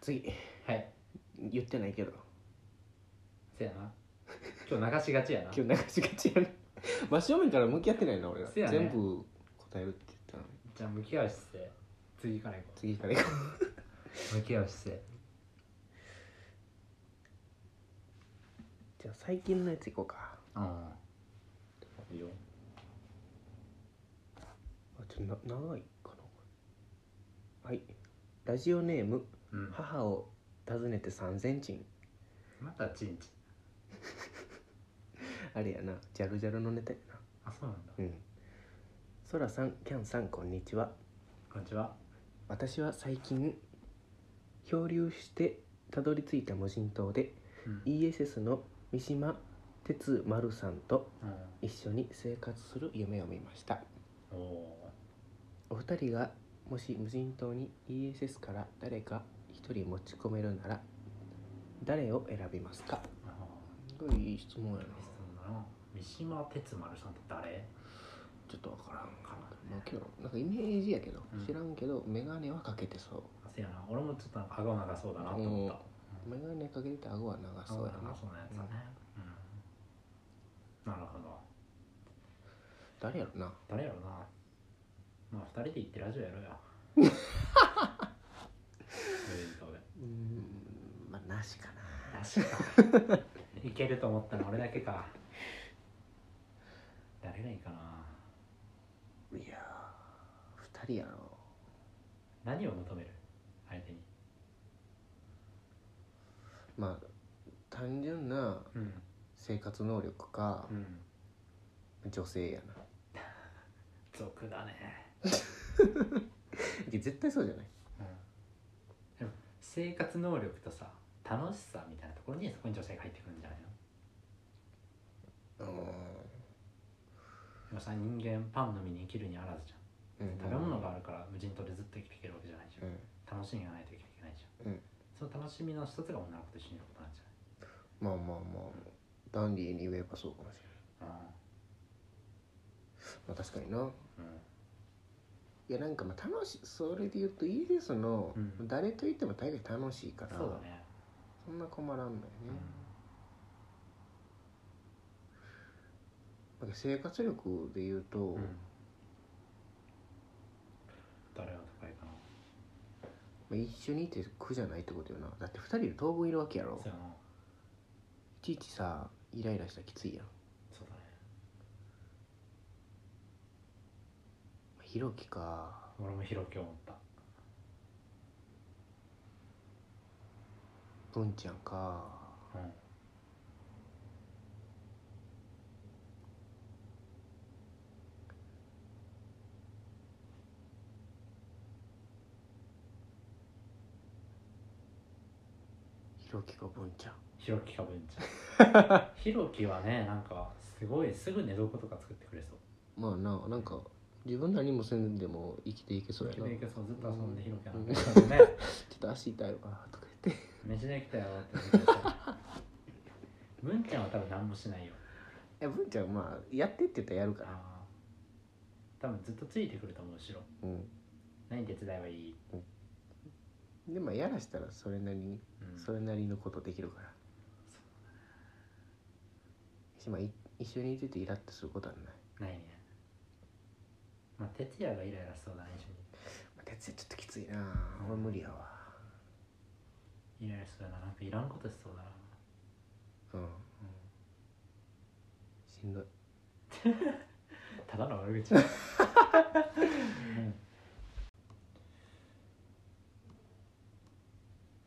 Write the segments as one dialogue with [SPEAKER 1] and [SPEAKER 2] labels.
[SPEAKER 1] 次
[SPEAKER 2] はい
[SPEAKER 1] 言ってないけど
[SPEAKER 2] せやな今日流しがちやな
[SPEAKER 1] 今日流しがちや な真正面から向き合ってないな俺ら、
[SPEAKER 2] せやね
[SPEAKER 1] 全部答えるって言ったのに
[SPEAKER 2] じゃあ向き合う姿勢次行かないか
[SPEAKER 1] 次から行こう
[SPEAKER 2] 向き合う姿勢
[SPEAKER 1] じゃあ最近のやつ行こうか
[SPEAKER 2] うんいいよ
[SPEAKER 1] あちょっとな長いかなはいラジオネーム
[SPEAKER 2] うん
[SPEAKER 1] 母を訪ねて三千人
[SPEAKER 2] またチンチン
[SPEAKER 1] あれやなジャルジャルのネタやな
[SPEAKER 2] あそうなんだ
[SPEAKER 1] うんそらさんキャンさんこんにちは
[SPEAKER 2] こんにちは
[SPEAKER 1] 私は最近漂流してたどり着いた無人島で
[SPEAKER 2] うん、
[SPEAKER 1] ESS の三島哲丸さんと
[SPEAKER 2] うん
[SPEAKER 1] 一緒に生活する夢を見ました
[SPEAKER 2] おお
[SPEAKER 1] お二人がもし無人島に ESS から誰か一人持ち込めるなら誰を選びますか
[SPEAKER 2] ーあ
[SPEAKER 1] すごいいい質問やな
[SPEAKER 2] ーそうだな三島哲丸さんって誰
[SPEAKER 1] ちょっとわからん
[SPEAKER 2] かな
[SPEAKER 1] まあけどなんかイメージやけど、
[SPEAKER 2] うん
[SPEAKER 1] 知らんけど眼鏡はかけてそう
[SPEAKER 2] あせやな俺もちょっとなんか顎長そうだなと思った
[SPEAKER 1] 眼鏡かけてて顎は長そう
[SPEAKER 2] 顎
[SPEAKER 1] やな
[SPEAKER 2] 長そうなやつだねうんなるほど
[SPEAKER 1] 誰やろな
[SPEAKER 2] 誰やろなまあ2人で行ってラジオやろう よ無人島で
[SPEAKER 1] うーんまあなしかな
[SPEAKER 2] 確かいけると思ったの俺だけか誰がいいかない
[SPEAKER 1] やー2人やろ
[SPEAKER 2] 何を求める相手に
[SPEAKER 1] まあ単純な
[SPEAKER 2] うん
[SPEAKER 1] 生活能力か
[SPEAKER 2] うん
[SPEAKER 1] 女性やな
[SPEAKER 2] 俗だね、
[SPEAKER 1] いや絶対そうじゃない
[SPEAKER 2] うん、でも生活能力とさ楽しさみたいなところにそこに女性が入ってくるんじゃないの
[SPEAKER 1] うーん
[SPEAKER 2] でもさ人間パンのみに生きるにあらずじゃ
[SPEAKER 1] うん
[SPEAKER 2] ん食べ物があるから無人島でずっと生きていけるわけじゃないじゃ
[SPEAKER 1] う
[SPEAKER 2] ん
[SPEAKER 1] ん
[SPEAKER 2] 楽しみがないといけないじゃん、
[SPEAKER 1] うん
[SPEAKER 2] その楽しみの一つが女の子と一緒にいることなんじ
[SPEAKER 1] まあまあまあダンディーに言えばそうかもしれない
[SPEAKER 2] ゃない
[SPEAKER 1] まあ確かにな
[SPEAKER 2] うん、うん
[SPEAKER 1] いやなんかまあ楽しいそれで言うといいですの、
[SPEAKER 2] うん
[SPEAKER 1] 誰と言っても大概楽しいから
[SPEAKER 2] そうだね、
[SPEAKER 1] そんな困らんのよね、
[SPEAKER 2] う
[SPEAKER 1] だから生活力で言うと、
[SPEAKER 2] ん誰が高いかな
[SPEAKER 1] まあ、一緒にいて苦じゃないってことよなだって2人で当分いるわけやろ
[SPEAKER 2] そうやない
[SPEAKER 1] ちいちさイライラしたらきついやん
[SPEAKER 2] そうだね
[SPEAKER 1] まあひろきか
[SPEAKER 2] 俺も広き思った
[SPEAKER 1] 文ちゃんか
[SPEAKER 2] うん
[SPEAKER 1] ひろきか文ちゃん
[SPEAKER 2] ひろきかぶんち ゃんひろきはねなんかすごいすぐ寝床とか作ってくれそう
[SPEAKER 1] まあななんか自分何もせんでも生きていけそうやな
[SPEAKER 2] でそうずっと遊んでひろきはなんか
[SPEAKER 1] うん
[SPEAKER 2] そうね
[SPEAKER 1] ちょっと足痛いわとか言って
[SPEAKER 2] 飯できたよって言ってた文ちゃんは多分何もしないよ
[SPEAKER 1] え文ちゃんまあやってって言ったらやるから
[SPEAKER 2] あー多分ずっとついてくると思う後ろ
[SPEAKER 1] うん
[SPEAKER 2] 何手伝えばいい、
[SPEAKER 1] でまあやらしたらそれなりに
[SPEAKER 2] うん、
[SPEAKER 1] それなりのことできるからしまあい一緒にいててイラッとすることはない、
[SPEAKER 2] ないねまあ哲也がイライラしそうだね一緒に
[SPEAKER 1] まあ、哲也ちょっときついな俺無理やわ
[SPEAKER 2] イライラしそうだななんかいらんことしそうだな、
[SPEAKER 1] うんしんどい
[SPEAKER 2] ただの悪 口うん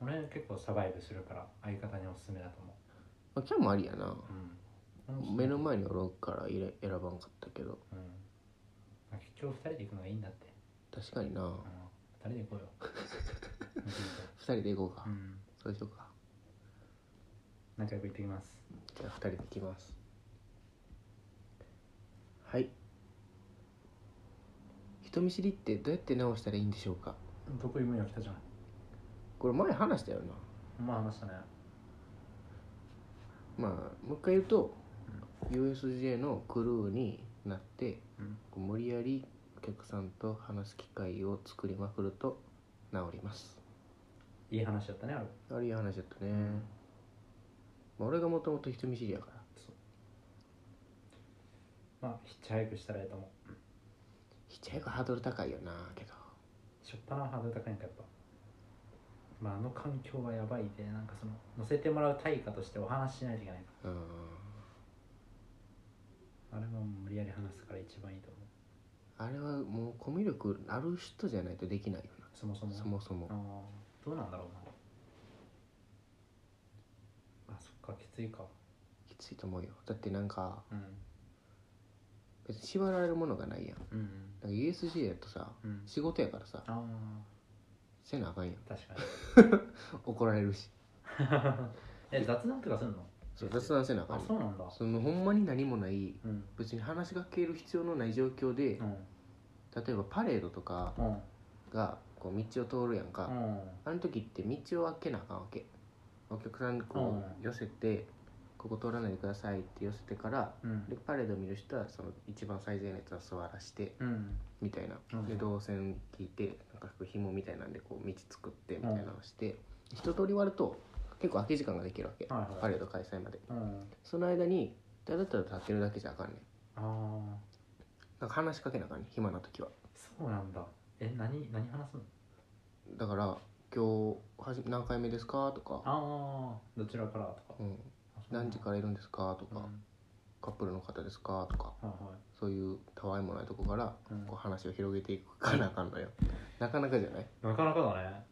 [SPEAKER 2] 俺結構サバイブするから相方におすすめだと思
[SPEAKER 1] まあ今日もありやな
[SPEAKER 2] う、うん、
[SPEAKER 1] 目の前におろうから入れ選ばんかったけど
[SPEAKER 2] うんまあ結局二人で行くのがいいんだって、
[SPEAKER 1] 確かにな
[SPEAKER 2] うん、二人で行こうよ うん
[SPEAKER 1] 二人で行こうか、
[SPEAKER 2] うん
[SPEAKER 1] そうしようか
[SPEAKER 2] 仲良く行ってきます
[SPEAKER 1] じゃあ二人で行きますはい人見知りってどうやって直したらいいんでしょうか
[SPEAKER 2] 得意分野来たじゃん
[SPEAKER 1] これ前話したよな
[SPEAKER 2] まあ話したね
[SPEAKER 1] まあもう一回言うと、USJ のクルーになって
[SPEAKER 2] うん
[SPEAKER 1] こう無理やりお客さんと話す機会を作りまくると治ります
[SPEAKER 2] いい話だったねあれ
[SPEAKER 1] あれいい話だったね、まあ、俺がもともと人見知りやから
[SPEAKER 2] まあヒッチハイクしたらええと思う
[SPEAKER 1] ヒッチハイクハードル高いよなけど
[SPEAKER 2] しょっぱなハードル高いんかやっぱまああの環境はやばいでなんかその乗せてもらう対価としてお話ししないといけないか
[SPEAKER 1] うん
[SPEAKER 2] らあれはもう無理やり話すから一番いいと思う
[SPEAKER 1] あれはもうコミュ力ある人じゃないとできないよ
[SPEAKER 2] そもそ
[SPEAKER 1] な
[SPEAKER 2] も
[SPEAKER 1] そもそも
[SPEAKER 2] ああどうなんだろうなあそっかきついか
[SPEAKER 1] きついと思うよだってなんか
[SPEAKER 2] うん
[SPEAKER 1] 別に縛られるものがないやん
[SPEAKER 2] うん
[SPEAKER 1] なんか USJ だとさ
[SPEAKER 2] うんうん
[SPEAKER 1] 仕事やからさ
[SPEAKER 2] あ
[SPEAKER 1] せなあかんやん
[SPEAKER 2] あ確かに
[SPEAKER 1] 怒られるし
[SPEAKER 2] え雑談とかすんの
[SPEAKER 1] そう雑談せなあかん
[SPEAKER 2] あ
[SPEAKER 1] やん
[SPEAKER 2] そうなんだ
[SPEAKER 1] そのほんまに何もない
[SPEAKER 2] うん
[SPEAKER 1] 別に話しかける必要のない状況で
[SPEAKER 2] うん
[SPEAKER 1] 例えばパレードとか
[SPEAKER 2] うん
[SPEAKER 1] がこう道を通るやんか、
[SPEAKER 2] うん
[SPEAKER 1] あの時って道を開けなあかんわけお客さんにこ
[SPEAKER 2] う
[SPEAKER 1] うん寄せて、ここ通らないでくださいって寄せてから
[SPEAKER 2] うん
[SPEAKER 1] でパレード見る人はその一番最前列は座らして
[SPEAKER 2] うん
[SPEAKER 1] みたいな、
[SPEAKER 2] うん
[SPEAKER 1] で動線聞いてなんか紐みたいなんでこう道作ってみたいなのをして、一通り割ると結構空き時間ができるわけ、
[SPEAKER 2] はいはい
[SPEAKER 1] パレード開催まで
[SPEAKER 2] うん
[SPEAKER 1] その間にだだだ立ってるだけじゃあかんねん
[SPEAKER 2] ああ
[SPEAKER 1] なんか話しかけなあかんねん暇な時は
[SPEAKER 2] そうなんだえ何何話すの
[SPEAKER 1] だから今日はじ何回目ですかとか、
[SPEAKER 2] ああどちらからとか
[SPEAKER 1] うん、
[SPEAKER 2] あそうなん
[SPEAKER 1] 何
[SPEAKER 2] だ
[SPEAKER 1] 時からいるんですかと
[SPEAKER 2] うん
[SPEAKER 1] か、
[SPEAKER 2] はい
[SPEAKER 1] カップルの方ですかとか
[SPEAKER 2] は
[SPEAKER 1] そういうたわいもないとこから
[SPEAKER 2] いうん
[SPEAKER 1] こう話を広げていくかなあかんのよなかなかじゃない
[SPEAKER 2] なかなかだね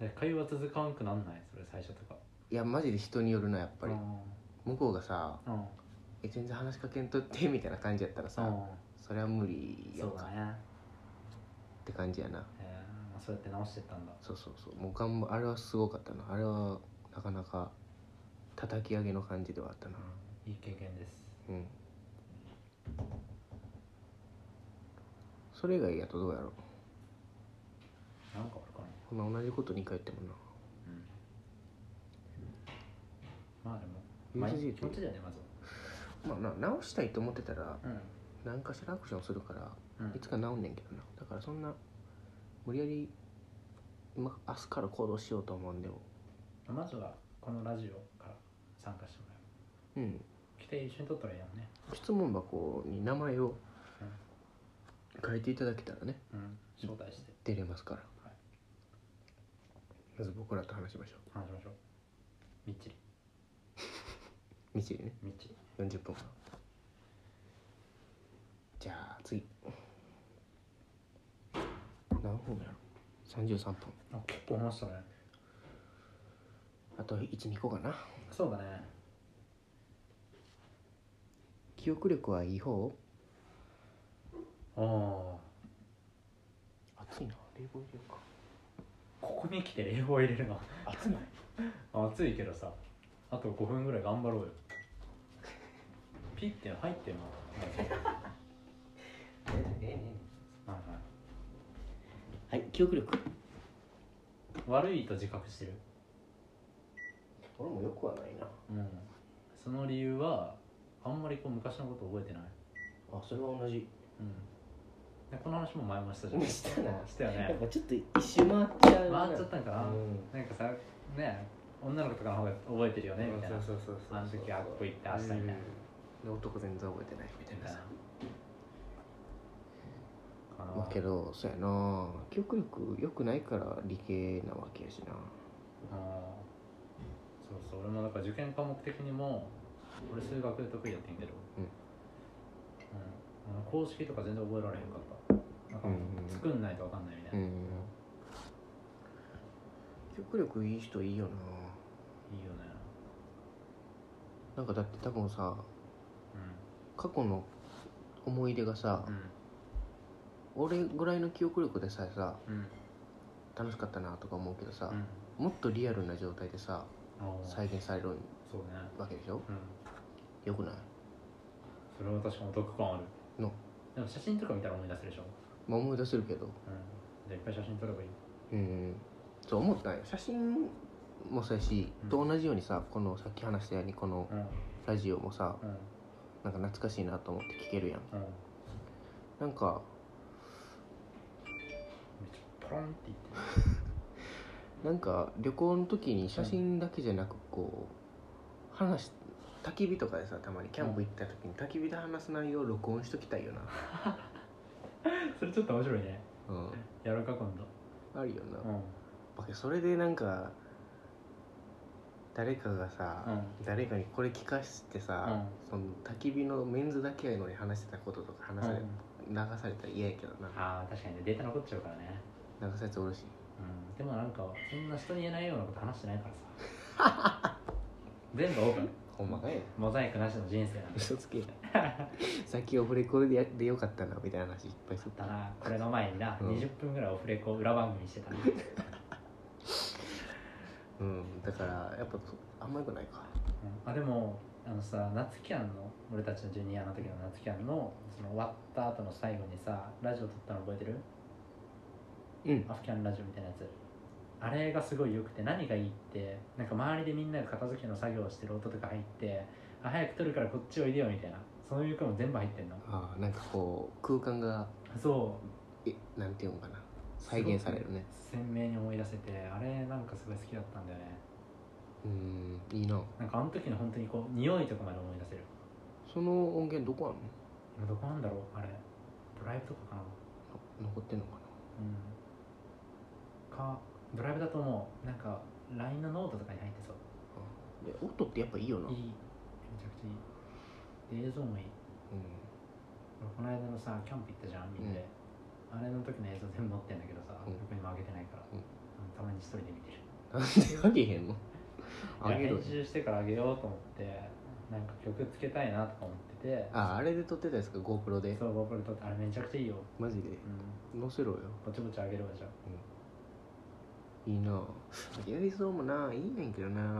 [SPEAKER 2] え会話続かんくなんないそれ最初とかやっ
[SPEAKER 1] いやマジで人によるなやっぱり
[SPEAKER 2] う
[SPEAKER 1] 向こうがさ
[SPEAKER 2] んうん
[SPEAKER 1] 「え全然話しかけんとって」 みたいな感じやったらさ
[SPEAKER 2] う
[SPEAKER 1] それは無理
[SPEAKER 2] ん
[SPEAKER 1] や
[SPEAKER 2] そ
[SPEAKER 1] ん
[SPEAKER 2] う
[SPEAKER 1] か
[SPEAKER 2] だ
[SPEAKER 1] っ
[SPEAKER 2] ね
[SPEAKER 1] て感じやな
[SPEAKER 2] えーまあ、そうやって直してったんだ
[SPEAKER 1] そうそうそうもう頑張あれはすごかったなあれはなかなか叩き上げの感じではあったな
[SPEAKER 2] うんいい経験です
[SPEAKER 1] うんそれ以外やとどうやろう
[SPEAKER 2] なんかあるかな
[SPEAKER 1] こんな同じこと2回言ってもな
[SPEAKER 2] うんまあでも
[SPEAKER 1] USJ
[SPEAKER 2] 気持ちだよねまず
[SPEAKER 1] まあな直したいと思ってたら
[SPEAKER 2] うん
[SPEAKER 1] 何かしらアクションするから
[SPEAKER 2] うん
[SPEAKER 1] いつか治んねんけどなだからそんな無理やり今明日から行動しようと思うんでも
[SPEAKER 2] まずはこのラジオから参加してもらう
[SPEAKER 1] うん
[SPEAKER 2] 来て一緒に撮ったらいいやんね
[SPEAKER 1] 質問箱に名前を書いていただけたらね
[SPEAKER 2] うん招待して
[SPEAKER 1] 出れますから、
[SPEAKER 2] はい
[SPEAKER 1] まず僕らと話しましょ
[SPEAKER 2] 話しましょうみっちり
[SPEAKER 1] う道でね
[SPEAKER 2] みっちり
[SPEAKER 1] 40分間じゃあ次何分やろ33分
[SPEAKER 2] あ結構話したね
[SPEAKER 1] あと12個かな
[SPEAKER 2] そうだね
[SPEAKER 1] 記憶力はいい方
[SPEAKER 2] ああこ
[SPEAKER 1] 暑いな冷房入れようか
[SPEAKER 2] こに来て冷房入れるの
[SPEAKER 1] 暑ない
[SPEAKER 2] 暑いけどさあと5分ぐらい頑張ろうよピッて入ってんのはいはい
[SPEAKER 1] はい記憶力
[SPEAKER 2] 悪いと自覚してる、
[SPEAKER 1] 俺もよくはないな
[SPEAKER 2] うん、その理由はあんまりこう昔のこと覚えてない、
[SPEAKER 1] あそれは同じ
[SPEAKER 2] うん、でこの話も前もしたじゃん
[SPEAKER 1] したな
[SPEAKER 2] したよ
[SPEAKER 1] やっ
[SPEAKER 2] ね
[SPEAKER 1] ぱちょっと一周回っちゃう
[SPEAKER 2] 回っちゃったんかな、
[SPEAKER 1] うん
[SPEAKER 2] なんかさね女の子とかの方が覚えてるよねみたいな
[SPEAKER 1] そうそう
[SPEAKER 2] あの時あっこ行って明日みたいな
[SPEAKER 1] な男全然覚えてないみた
[SPEAKER 2] みたい
[SPEAKER 1] い
[SPEAKER 2] な
[SPEAKER 1] な
[SPEAKER 2] かな
[SPEAKER 1] まあけどそうやな記憶力良くないから理系なわけやしな
[SPEAKER 2] あーそうそう俺もだから受験科目的にも俺数学得意やってんけど、
[SPEAKER 1] うん
[SPEAKER 2] うんあの公式とか全然覚えられへんかったなんかも
[SPEAKER 1] うんうん
[SPEAKER 2] う作んないと分かんないみたい
[SPEAKER 1] う
[SPEAKER 2] な、
[SPEAKER 1] ん記憶力いい人いいよない
[SPEAKER 2] いよね
[SPEAKER 1] なんかだって多分さ
[SPEAKER 2] う
[SPEAKER 1] 過去の思い出がさ、
[SPEAKER 2] んうん
[SPEAKER 1] 俺ぐらいの記憶力でさえさ
[SPEAKER 2] うん
[SPEAKER 1] 楽しかったなとか思うけどさ、
[SPEAKER 2] うん
[SPEAKER 1] もっとリアルな状態でさ
[SPEAKER 2] ああ
[SPEAKER 1] 再現される
[SPEAKER 2] そうね
[SPEAKER 1] わけでしょ
[SPEAKER 2] うん
[SPEAKER 1] よくない
[SPEAKER 2] それは確かにお得感ある
[SPEAKER 1] の
[SPEAKER 2] でも写真とか見たら思い出すでしょ、
[SPEAKER 1] まあ思い出せるけど
[SPEAKER 2] うん、じゃあいっぱい写真撮ればいい
[SPEAKER 1] うんそう思ったんよ写真もそうやし、
[SPEAKER 2] うん
[SPEAKER 1] と同じようにさこのさっき話したようにこの
[SPEAKER 2] うんうん
[SPEAKER 1] ラジオもさ
[SPEAKER 2] うん
[SPEAKER 1] なんか懐かしいなと思って聞けるやんなんか
[SPEAKER 2] めっちゃポロンって言って
[SPEAKER 1] なんか旅行の時に写真だけじゃなくこう話焚き火とかでさたまにキャンプ行った時に焚き火で話す内容を録音しときたいよな、
[SPEAKER 2] それちょっと面白いね
[SPEAKER 1] うん、
[SPEAKER 2] やろうか今度
[SPEAKER 1] あるよな、
[SPEAKER 2] うん
[SPEAKER 1] だけどそれでなんか誰かがさ、
[SPEAKER 2] う
[SPEAKER 1] 誰かにこれ聞かしてさ、その焚き火のメンズだけやのに話してたこととか話され、
[SPEAKER 2] うん
[SPEAKER 1] 流されたら嫌やけどな
[SPEAKER 2] ああ確かにねデータ残っちゃうからね
[SPEAKER 1] 流されておるし
[SPEAKER 2] うんでもなんかそんな人に言えないようなこと話してないからさ 全部オープン
[SPEAKER 1] ほんまかい
[SPEAKER 2] モザイクなしの人生なんで
[SPEAKER 1] 嘘つけ さっきオフレコでやでよかったなみたいな話いっぱいすっ
[SPEAKER 2] だ
[SPEAKER 1] たな
[SPEAKER 2] なこれの前にな、
[SPEAKER 1] うん
[SPEAKER 2] 20分ぐらいオフレコ裏番組して たなうん
[SPEAKER 1] うんだからやっぱあんまよくないか
[SPEAKER 2] あでもあのさ夏キャンの俺たちのジュニアの時の夏キャンのその終わった後の最後にさラジオ撮ったの覚えてる
[SPEAKER 1] うん
[SPEAKER 2] アフキャンラジオみたいなやつあれがすごい良くて何がいいってなんか周りでみんなが片付けの作業をしてる音とか入ってあ早く撮るからこっちおいでよみたいなそういう声も全部入ってんの
[SPEAKER 1] ああなんかこう空間が
[SPEAKER 2] そ
[SPEAKER 1] えなんていうのかな再現されるね
[SPEAKER 2] う鮮明に思い出せてあれなんかすごい好きだったんだよね
[SPEAKER 1] うんいいな
[SPEAKER 2] なんかあの時の本当にこう匂いとかまで思い出せる
[SPEAKER 1] その音源どこあんの
[SPEAKER 2] 今どこなんだろうあれドライブとかかな
[SPEAKER 1] な残ってんのかな
[SPEAKER 2] うんかドライブだともうなんか LINE のノートとかに入ってそう
[SPEAKER 1] で音ってやっぱいいよな、
[SPEAKER 2] いいめちゃくちゃいいで映像もいい
[SPEAKER 1] うん
[SPEAKER 2] 俺この間のさキャンプ行ったじゃんみんなで、あれの時の映像全部持ってんだけどさ、
[SPEAKER 1] うん
[SPEAKER 2] 僕にもあげてないから、
[SPEAKER 1] うん
[SPEAKER 2] うんたまに一人で見てる
[SPEAKER 1] なんであげへんのあ
[SPEAKER 2] い
[SPEAKER 1] げ
[SPEAKER 2] や
[SPEAKER 1] ろよ
[SPEAKER 2] 編集してからあげようと思ってなんか曲つけたいなとか思ってて
[SPEAKER 1] ああれで撮ってたやつか GoPro で
[SPEAKER 2] そう GoPro 撮ってあれめちゃくちゃいいよ、
[SPEAKER 1] マジで
[SPEAKER 2] うん、
[SPEAKER 1] 載せろよ
[SPEAKER 2] ぼちぼちあげるわじゃあ
[SPEAKER 1] いいなやりそうもないいねんけどな
[SPEAKER 2] う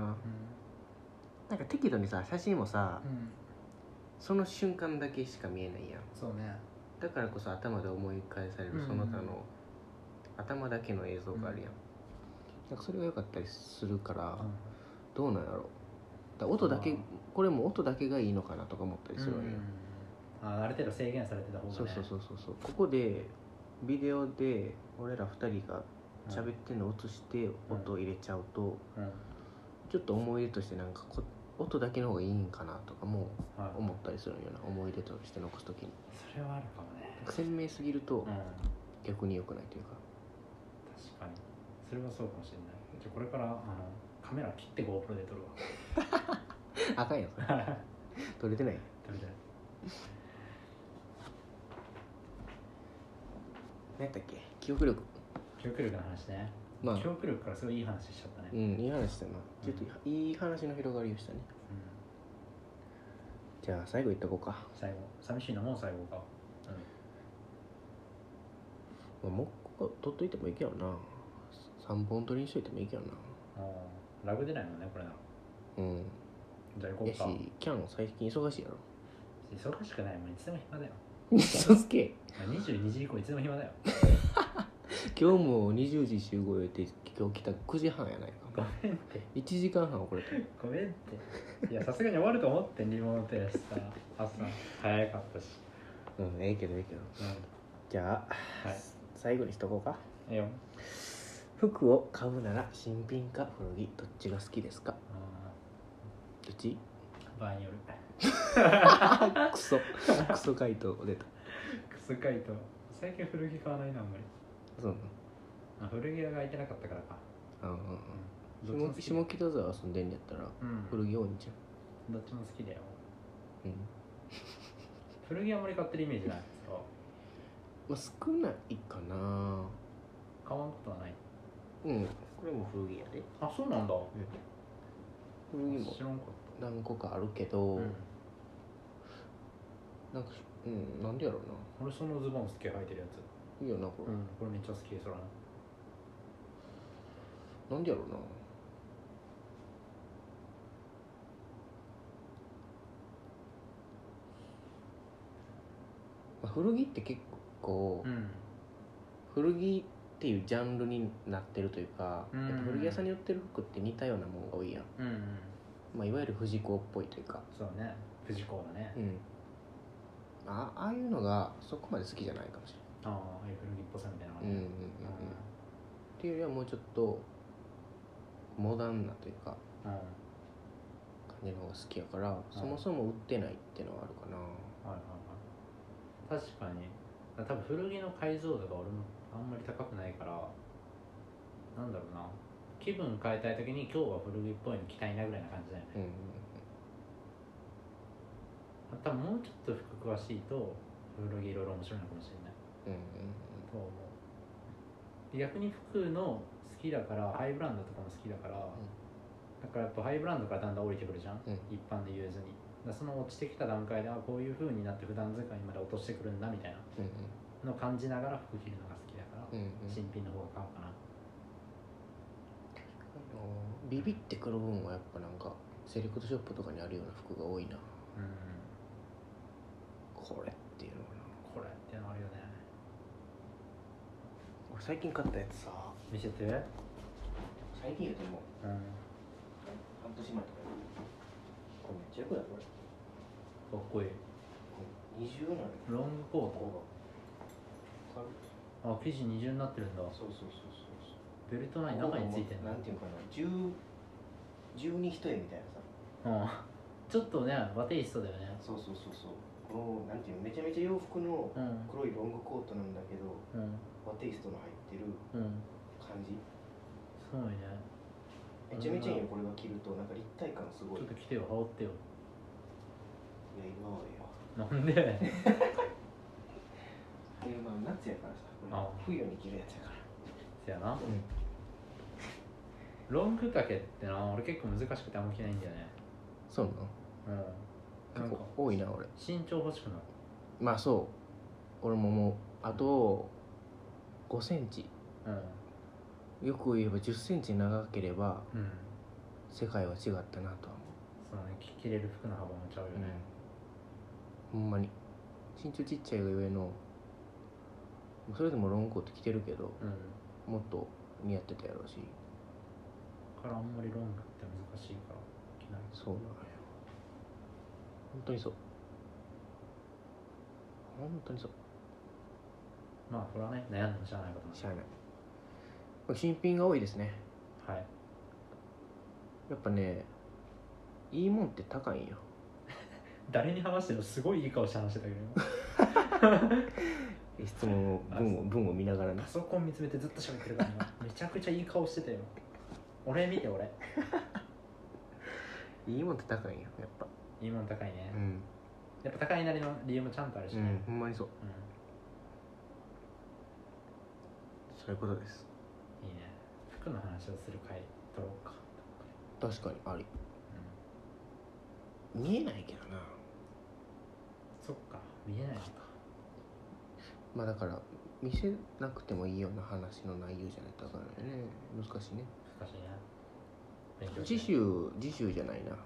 [SPEAKER 1] なんか適度にさ写真もさ
[SPEAKER 2] ん、
[SPEAKER 1] その瞬間だけしか見えないやん
[SPEAKER 2] そうね
[SPEAKER 1] だからこそ頭で思い返され
[SPEAKER 2] うん
[SPEAKER 1] るその他の頭だけの映像があるやんなんかそれが良かったりするからどうなんやろだから音だ
[SPEAKER 2] う
[SPEAKER 1] け
[SPEAKER 2] ん
[SPEAKER 1] これも音だけがいいのかなとか思ったりするわけよ
[SPEAKER 2] うんあある程度制限されてた方がね
[SPEAKER 1] そうそうそうそうそうここでビデオで俺ら2人が喋ってんの映して音を入れちゃうと
[SPEAKER 2] うん、うん
[SPEAKER 1] ちょっと思い出としてなんかこ音だけの方がいいんかなとかも
[SPEAKER 2] はい
[SPEAKER 1] 思ったりするんよな思い出として残す時に
[SPEAKER 2] それはあるかもね
[SPEAKER 1] 鮮明すぎる
[SPEAKER 2] うん
[SPEAKER 1] と
[SPEAKER 2] 確
[SPEAKER 1] 逆に良くないというか
[SPEAKER 2] かにそれはそうかもしれないじゃあこれからあのカメラ切って GoPro で撮るわ
[SPEAKER 1] あかんよそれ撮れてない
[SPEAKER 2] 食べたい
[SPEAKER 1] 何やったっけ記憶力
[SPEAKER 2] 記憶力の話ね、
[SPEAKER 1] まあ
[SPEAKER 2] 記憶力からすごいいい話しちゃったね、
[SPEAKER 1] う
[SPEAKER 2] うん
[SPEAKER 1] んいい話したなちょっといい話の広がりをしたねじゃあ最後いっとこうか、
[SPEAKER 2] 最後寂しいのもう最後か、
[SPEAKER 1] まあ、もうここ取っといてもいいけどな3本取りにしといてもいいけどな
[SPEAKER 2] うん、もうラグ出ないもんねこれなら
[SPEAKER 1] うん
[SPEAKER 2] じゃあ行こ
[SPEAKER 1] や
[SPEAKER 2] うか
[SPEAKER 1] しキャン最近忙しいや ろ
[SPEAKER 2] 忙しくないもんいつでも暇だよ
[SPEAKER 1] 嘘つけ
[SPEAKER 2] まあ22時以降いつでも暇だよ
[SPEAKER 1] 今日も20時集合予定今日来た9時半やない
[SPEAKER 2] ご
[SPEAKER 1] か
[SPEAKER 2] めんって
[SPEAKER 1] 1時間半遅れた
[SPEAKER 2] ごめんっていやさすがに終わると思ってんリモートやしさ朝早かったし
[SPEAKER 1] うんええけどええけど
[SPEAKER 2] う
[SPEAKER 1] じゃあ
[SPEAKER 2] んはい
[SPEAKER 1] 最後にしとこうか
[SPEAKER 2] ええよ
[SPEAKER 1] 服を買うなら新品か古着どっちが好きですかどっち
[SPEAKER 2] 場合による
[SPEAKER 1] クソクソ回答出た
[SPEAKER 2] クソ回答最近古着買わないなあんまり
[SPEAKER 1] そう
[SPEAKER 2] あ古着屋が空いてなかったからか
[SPEAKER 1] なのうんうん
[SPEAKER 2] ど
[SPEAKER 1] う
[SPEAKER 2] っ
[SPEAKER 1] ん
[SPEAKER 2] ち
[SPEAKER 1] 下
[SPEAKER 2] も
[SPEAKER 1] 下
[SPEAKER 2] 好
[SPEAKER 1] 北
[SPEAKER 2] き
[SPEAKER 1] 沢遊んでんのやったら
[SPEAKER 2] うん
[SPEAKER 1] 古着多いんじ
[SPEAKER 2] どっちも好きだよ
[SPEAKER 1] ゃんうん
[SPEAKER 2] 古着あんまり買ってるイメージないそう
[SPEAKER 1] まあ少ないかな
[SPEAKER 2] 買わんことはない
[SPEAKER 1] うんこれも古着やで
[SPEAKER 2] あそうなんだ
[SPEAKER 1] 古着も
[SPEAKER 2] 知らんかっ
[SPEAKER 1] 何個かあるけ
[SPEAKER 2] た、
[SPEAKER 1] ど、
[SPEAKER 2] うん、
[SPEAKER 1] なんかうんなんでやろうな
[SPEAKER 2] 俺そのズボン好き履いてるやつ
[SPEAKER 1] いいよなこれ、
[SPEAKER 2] んこれめっちゃ好きそら
[SPEAKER 1] なんでやろうなまあ古着って結構、
[SPEAKER 2] うん
[SPEAKER 1] 古着っていうジャンルになってるというか、
[SPEAKER 2] うん
[SPEAKER 1] やっぱ古着屋さんに売ってる服って似たようなものが多いやん、
[SPEAKER 2] うんうん
[SPEAKER 1] まあ、いわゆる藤子っぽいというか
[SPEAKER 2] そうね藤子だね
[SPEAKER 1] うんあああいうのがそこまで好きじゃないかもし
[SPEAKER 2] ああああいう古着っぽさみたいなの
[SPEAKER 1] れない、うんうんうんうん、っていうよりはもうちょっとモダンなというか
[SPEAKER 2] うんはい
[SPEAKER 1] 感じの方が好きやからそもそも売ってないってのはあるかな
[SPEAKER 2] はいはい確かに多分古着の解像度が俺もあんまり高くないからなんだろうな気分変えたい時に今日は古着っぽいの着たいなぐらいな感じだよね
[SPEAKER 1] うんうん
[SPEAKER 2] 多分もうちょっと服詳しいと古着いろいろ面白いのかもしれない
[SPEAKER 1] うん
[SPEAKER 2] と思う逆に服の好きだからハイブランドとかも好きだから、だからやっぱハイブランドからだんだん降りてくるじゃん、
[SPEAKER 1] うん
[SPEAKER 2] 一般で言えずにだからその落ちてきた段階であこういう風になって普段使いまで落としてくるんだみたいな
[SPEAKER 1] うんうん
[SPEAKER 2] のを感じながら服着るのが好きだから、
[SPEAKER 1] うんうんうん
[SPEAKER 2] 新品の方が買おうか
[SPEAKER 1] あ
[SPEAKER 2] な
[SPEAKER 1] のビビってくる分はやっぱなんかセレクトショップとかにあるような服が多いな
[SPEAKER 2] うん
[SPEAKER 1] これっていうのかな
[SPEAKER 2] これってのあるよね
[SPEAKER 1] 俺最近買ったやつさ
[SPEAKER 2] 見せてうん
[SPEAKER 1] 最近やと思う半年前とかこれめっちゃよくないこれ
[SPEAKER 2] かっこいい
[SPEAKER 1] 二重なの
[SPEAKER 2] ロングコ
[SPEAKER 1] が
[SPEAKER 2] ートあ生地二重になってるんだ
[SPEAKER 1] そうそうそうそう
[SPEAKER 2] ベルトない中についてんだ
[SPEAKER 1] なんていうかな十十二一重みたいなさ
[SPEAKER 2] うんちょっとね和テイストだよね
[SPEAKER 1] そうそうそうそうこのなんていうのめちゃめちゃ洋服の
[SPEAKER 2] うん
[SPEAKER 1] 黒いロングコートなんだけど
[SPEAKER 2] うん
[SPEAKER 1] 和テイストの入ってる
[SPEAKER 2] うん
[SPEAKER 1] 感じ
[SPEAKER 2] すごいね
[SPEAKER 1] めちゃめちゃいいよこれが着るとなんか立体感すごい
[SPEAKER 2] ち
[SPEAKER 1] い
[SPEAKER 2] ょっ
[SPEAKER 1] や
[SPEAKER 2] と来てよ羽織ってよ
[SPEAKER 1] 今はええわ
[SPEAKER 2] なんで
[SPEAKER 1] でまあ夏やからさこれ
[SPEAKER 2] あ
[SPEAKER 1] 冬に着るやつやから
[SPEAKER 2] せやな
[SPEAKER 1] うん
[SPEAKER 2] ロング丈ってな俺結構難しくてあんま着ないんだよね
[SPEAKER 1] そう
[SPEAKER 2] うん
[SPEAKER 1] な
[SPEAKER 2] な
[SPEAKER 1] の
[SPEAKER 2] んか
[SPEAKER 1] 結構多いな俺
[SPEAKER 2] 身長欲しくなる
[SPEAKER 1] まあそう俺ももうあと5センチ
[SPEAKER 2] う
[SPEAKER 1] よく言えば1 0ンチ長ければ
[SPEAKER 2] んうん
[SPEAKER 1] 世界は違ったなとは
[SPEAKER 2] そのね着着れる服の幅もちゃうよ
[SPEAKER 1] 思う、
[SPEAKER 2] ね、
[SPEAKER 1] ほんまに身長ちっちゃいがゆえのそれでもロングコート着てるけど
[SPEAKER 2] うん
[SPEAKER 1] もっと似合ってたやろうし
[SPEAKER 2] だからあんまりロングって難しいから着ない
[SPEAKER 1] そうなんや本当にそう本当にそう
[SPEAKER 2] まあこれはね悩んでもしゃあないことなん
[SPEAKER 1] し
[SPEAKER 2] で
[SPEAKER 1] ゃあないこれ新品が多いですね
[SPEAKER 2] はい
[SPEAKER 1] やっぱねいいもんって高いんよ
[SPEAKER 2] 誰に話してもすごいいい顔して話してたけど今
[SPEAKER 1] 質問を
[SPEAKER 2] あ
[SPEAKER 1] 文
[SPEAKER 2] そ
[SPEAKER 1] を文を見ながら ね
[SPEAKER 2] パソコン見つめてずっと喋ってるから今めちゃくちゃいい顔してたよ俺見て俺
[SPEAKER 1] いいもんって高いんよやっぱ
[SPEAKER 2] いいもん高いね、
[SPEAKER 1] ん、
[SPEAKER 2] やっぱ高いなりの理由もちゃんとあるし
[SPEAKER 1] う
[SPEAKER 2] ね、
[SPEAKER 1] ん、ほんまにそう
[SPEAKER 2] うん
[SPEAKER 1] そういうことです
[SPEAKER 2] いいね服の話をする回撮ろうか、
[SPEAKER 1] 確かにあり
[SPEAKER 2] うん、
[SPEAKER 1] 見えないけどな
[SPEAKER 2] そっか見えないのか
[SPEAKER 1] まあだから見せなくてもいいような話の内容じゃないとあかんよね難しいね
[SPEAKER 2] 難しいね勉強しない
[SPEAKER 1] 次週次週じゃないな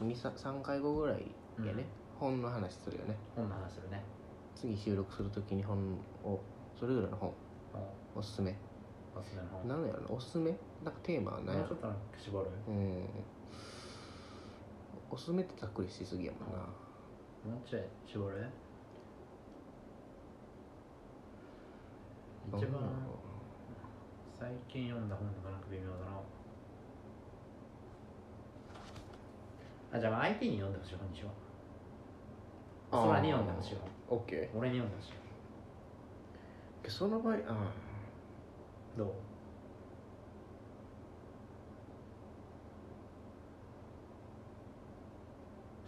[SPEAKER 1] 二三3回後ぐらいやね、本の話するよね
[SPEAKER 2] 本の話するね
[SPEAKER 1] 次収録するときに本をそれぞれの本
[SPEAKER 2] 本
[SPEAKER 1] おすすめ
[SPEAKER 2] おすすめの本
[SPEAKER 1] 何やろなおすすめなんかテーマは何や
[SPEAKER 2] も
[SPEAKER 1] ろ
[SPEAKER 2] うちょっとなんか絞る
[SPEAKER 1] うんおすすめってざっくりしすぎやもんな
[SPEAKER 2] もうちょい絞る一
[SPEAKER 1] どんな
[SPEAKER 2] 番
[SPEAKER 1] の
[SPEAKER 2] 最近読んだ本とかなんか微妙だなあじゃあ相手に読んでほしい本にしよう
[SPEAKER 1] あー
[SPEAKER 2] 空に読んでほしい本
[SPEAKER 1] オッケ
[SPEAKER 2] 俺に読んでほしい
[SPEAKER 1] ーその場合あ
[SPEAKER 2] どう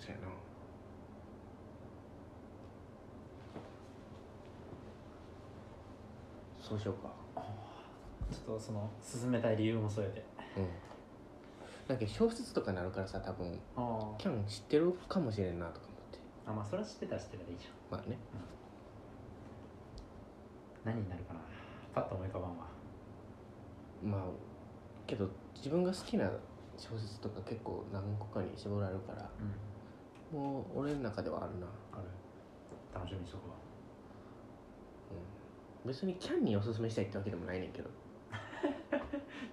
[SPEAKER 1] ーそうやなそうしようか
[SPEAKER 2] ちょっとその進めたい理由も添えて
[SPEAKER 1] うんなんか小説とかになるからさ多分
[SPEAKER 2] あ
[SPEAKER 1] キャン知ってるかもしれんなとか思って
[SPEAKER 2] あまあそれは知ってたら知ってたらいいじ
[SPEAKER 1] まあね
[SPEAKER 2] ゃん何になるかなパッと思い浮かばんわ
[SPEAKER 1] まあけど自分が好きな小説とか結構何個かに絞られるから
[SPEAKER 2] うん
[SPEAKER 1] もう俺の中ではあるな、
[SPEAKER 2] ある楽しみにしとこう
[SPEAKER 1] うん、別にキャンにおすすめしたいってわけでもないねんけど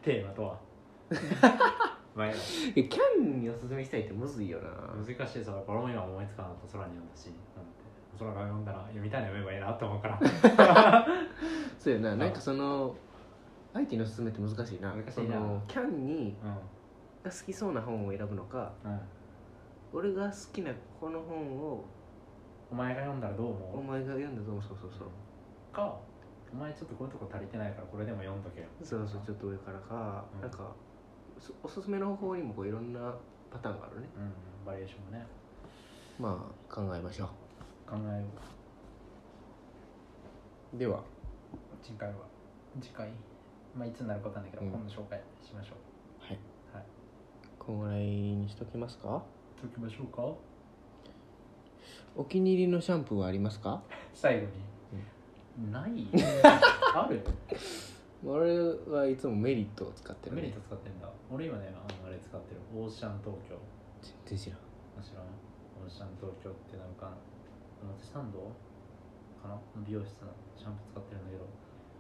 [SPEAKER 2] テーマと は前の
[SPEAKER 1] え キャンにおすすめしたいってむずいよな
[SPEAKER 2] 難しいそれこれも今思いつかなかった空に読んだしなんて空が読んだら読みたいの読めばいいなと思うから
[SPEAKER 1] そうやななんかその相手の勧めって難しいな
[SPEAKER 2] 難しいな
[SPEAKER 1] そのキャンに
[SPEAKER 2] う
[SPEAKER 1] が好きそうな本を選ぶのか
[SPEAKER 2] ん、うん、
[SPEAKER 1] 俺が好きなこの本を
[SPEAKER 2] お前が読んだらどう
[SPEAKER 1] お
[SPEAKER 2] 思
[SPEAKER 1] 前が読んだと思うそうそうそう
[SPEAKER 2] うかお前ちょっとこういうとこ足りてないからこれでも読んどけよ
[SPEAKER 1] そうそうちょっと上からか、
[SPEAKER 2] うん
[SPEAKER 1] なんかそおすすめの方法にもこういろんなパターンがあるね
[SPEAKER 2] うんバリエーションもね
[SPEAKER 1] まあ考えましょ
[SPEAKER 2] 考えよう
[SPEAKER 1] うでは
[SPEAKER 2] 次回は次回まあいつになるかわかんないけど、
[SPEAKER 1] うん
[SPEAKER 2] 本の紹介しましょう
[SPEAKER 1] はい
[SPEAKER 2] はい
[SPEAKER 1] こんぐらいにしときますか
[SPEAKER 2] しときましょうか
[SPEAKER 1] お気に入りのシャンプーはありますか
[SPEAKER 2] 最後に、ないある
[SPEAKER 1] 俺はいつもメリットを使ってる、ね、
[SPEAKER 2] メリット使ってんだ俺今ねあのあれ使ってるオーシャン東京
[SPEAKER 1] 全然知らん
[SPEAKER 2] もちろんオーシャン東京ってなんか表参道かな美容室のシャンプー使ってるんだけど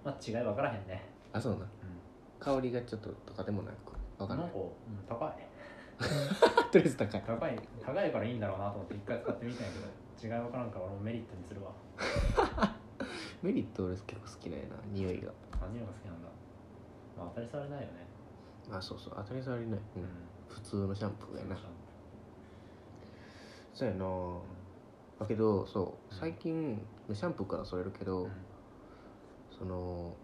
[SPEAKER 2] まあ違い分からへんね
[SPEAKER 1] あそうな
[SPEAKER 2] うん
[SPEAKER 1] 香りがちょっととかでもなくわかん
[SPEAKER 2] な
[SPEAKER 1] なんい
[SPEAKER 2] か、うん、高い
[SPEAKER 1] とりあえず高い
[SPEAKER 2] 高い高いからいいんだろうなと思って一回使ってみたんやけど違い分からんから俺もメリットにするわ
[SPEAKER 1] メリット俺結構好きなんやな匂いが
[SPEAKER 2] 何色が好きなんだまあ当たり障りないよね
[SPEAKER 1] あそうそう当たり障りない、う
[SPEAKER 2] うんん
[SPEAKER 1] 普通のシャンプーやな
[SPEAKER 2] シャンプ
[SPEAKER 1] そうやな
[SPEAKER 2] ー
[SPEAKER 1] だけどそう
[SPEAKER 2] うん
[SPEAKER 1] 最近シャンプーからそれるけど、
[SPEAKER 2] うん
[SPEAKER 1] その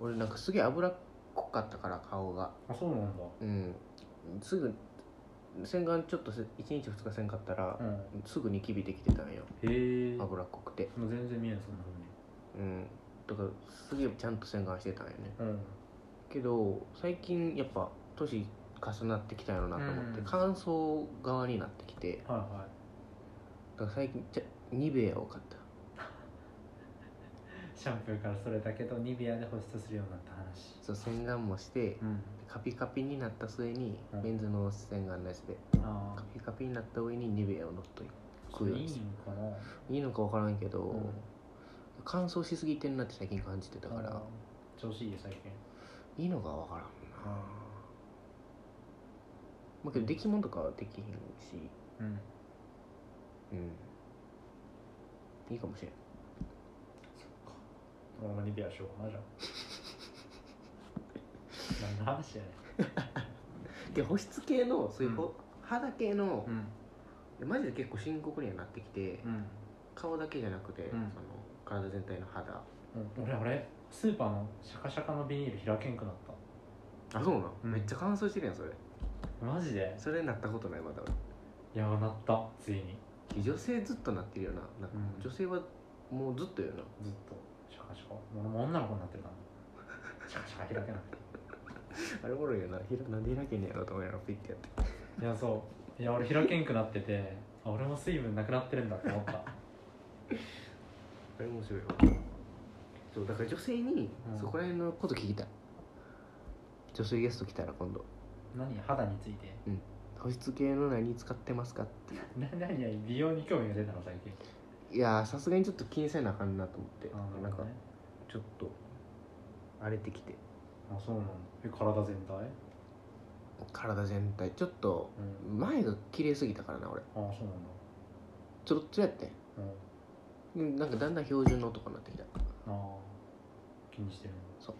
[SPEAKER 1] 俺なんかすげえ脂っこかったから顔が
[SPEAKER 2] あそうなんだ
[SPEAKER 1] うんすぐ洗顔ちょっと1日2日せんかったら
[SPEAKER 2] う、ん
[SPEAKER 1] すぐニキビできてたんよ
[SPEAKER 2] へえ
[SPEAKER 1] 脂っこくて
[SPEAKER 2] もう全然見えんそんなふ
[SPEAKER 1] うんだからすげえちゃんと洗顔してたんよね
[SPEAKER 2] うにうん
[SPEAKER 1] けど最近やっぱ年重なってきたんやろなと思って、
[SPEAKER 2] うん
[SPEAKER 1] 乾燥側になってきて
[SPEAKER 2] はいは
[SPEAKER 1] だから最近ちゃニベアを買った
[SPEAKER 2] いシャンプーからそれだけどニベアで保湿するようになった話
[SPEAKER 1] そう洗顔もして
[SPEAKER 2] うん
[SPEAKER 1] カピカピになった末に
[SPEAKER 2] うん
[SPEAKER 1] メンズの洗顔のやつで
[SPEAKER 2] あ
[SPEAKER 1] カ
[SPEAKER 2] あ
[SPEAKER 1] ピカピになった上にニベアを乗っとい
[SPEAKER 2] そ
[SPEAKER 1] 食う
[SPEAKER 2] れ
[SPEAKER 1] よう
[SPEAKER 2] いい
[SPEAKER 1] にする
[SPEAKER 2] んかない
[SPEAKER 1] いのか分からんけど、
[SPEAKER 2] うん
[SPEAKER 1] 乾燥しすぎてんなって最近感じてたから、
[SPEAKER 2] あー調子いいよ最近
[SPEAKER 1] いいのか分からんなまあけどできもんとかはできへんし
[SPEAKER 2] うん
[SPEAKER 1] うんいいかもしれん
[SPEAKER 2] そのままニベアしようか なじゃあ何の話やね
[SPEAKER 1] で保湿系のそういうほ、
[SPEAKER 2] う
[SPEAKER 1] 肌系の
[SPEAKER 2] う、ん
[SPEAKER 1] マジで結構深刻にはなってきて、
[SPEAKER 2] うん
[SPEAKER 1] 顔だけじゃなくて、
[SPEAKER 2] うん
[SPEAKER 1] その体全体の肌
[SPEAKER 2] うん俺あれスーパーのシャカシャカのビニール開けんくなった
[SPEAKER 1] あそうなん、
[SPEAKER 2] うん
[SPEAKER 1] めっちゃ乾燥してるやんそれ
[SPEAKER 2] マジで
[SPEAKER 1] それなったことないまだ俺
[SPEAKER 2] いやなったついに
[SPEAKER 1] 女性ずっとなってるよななんか
[SPEAKER 2] うん
[SPEAKER 1] 女性はもうずっとよな
[SPEAKER 2] ずっとシャカシャカ俺も女の子になってるな シャカシャカ開けなくて
[SPEAKER 1] あれおもろいよなひらなんで開けんねやろと思いながらピッてやって
[SPEAKER 2] いやそういや俺開けんくなっててあ俺も水分なくなってるんだって思った
[SPEAKER 1] あれ面白いわそうだから女性に
[SPEAKER 2] うん
[SPEAKER 1] そこら辺のこと聞きたい、女性ゲスト来たら今度
[SPEAKER 2] 何肌について
[SPEAKER 1] 保湿系の何使ってますかっていう
[SPEAKER 2] な何々美容に興味が出たの最近
[SPEAKER 1] いやーさすがにちょっと気にせなあかんなと思って
[SPEAKER 2] あー
[SPEAKER 1] なん
[SPEAKER 2] るほ
[SPEAKER 1] か
[SPEAKER 2] どね
[SPEAKER 1] ちょっと荒れてきて
[SPEAKER 2] あそうなのえ体全体
[SPEAKER 1] 体全体ちょっと
[SPEAKER 2] うん
[SPEAKER 1] 前が綺麗すぎたからな俺
[SPEAKER 2] あそうなんだ
[SPEAKER 1] ちょろっちょやってん
[SPEAKER 2] うん
[SPEAKER 1] うんなんかだんだん標準の男になってきた
[SPEAKER 2] ああ気にしてるんだ
[SPEAKER 1] そう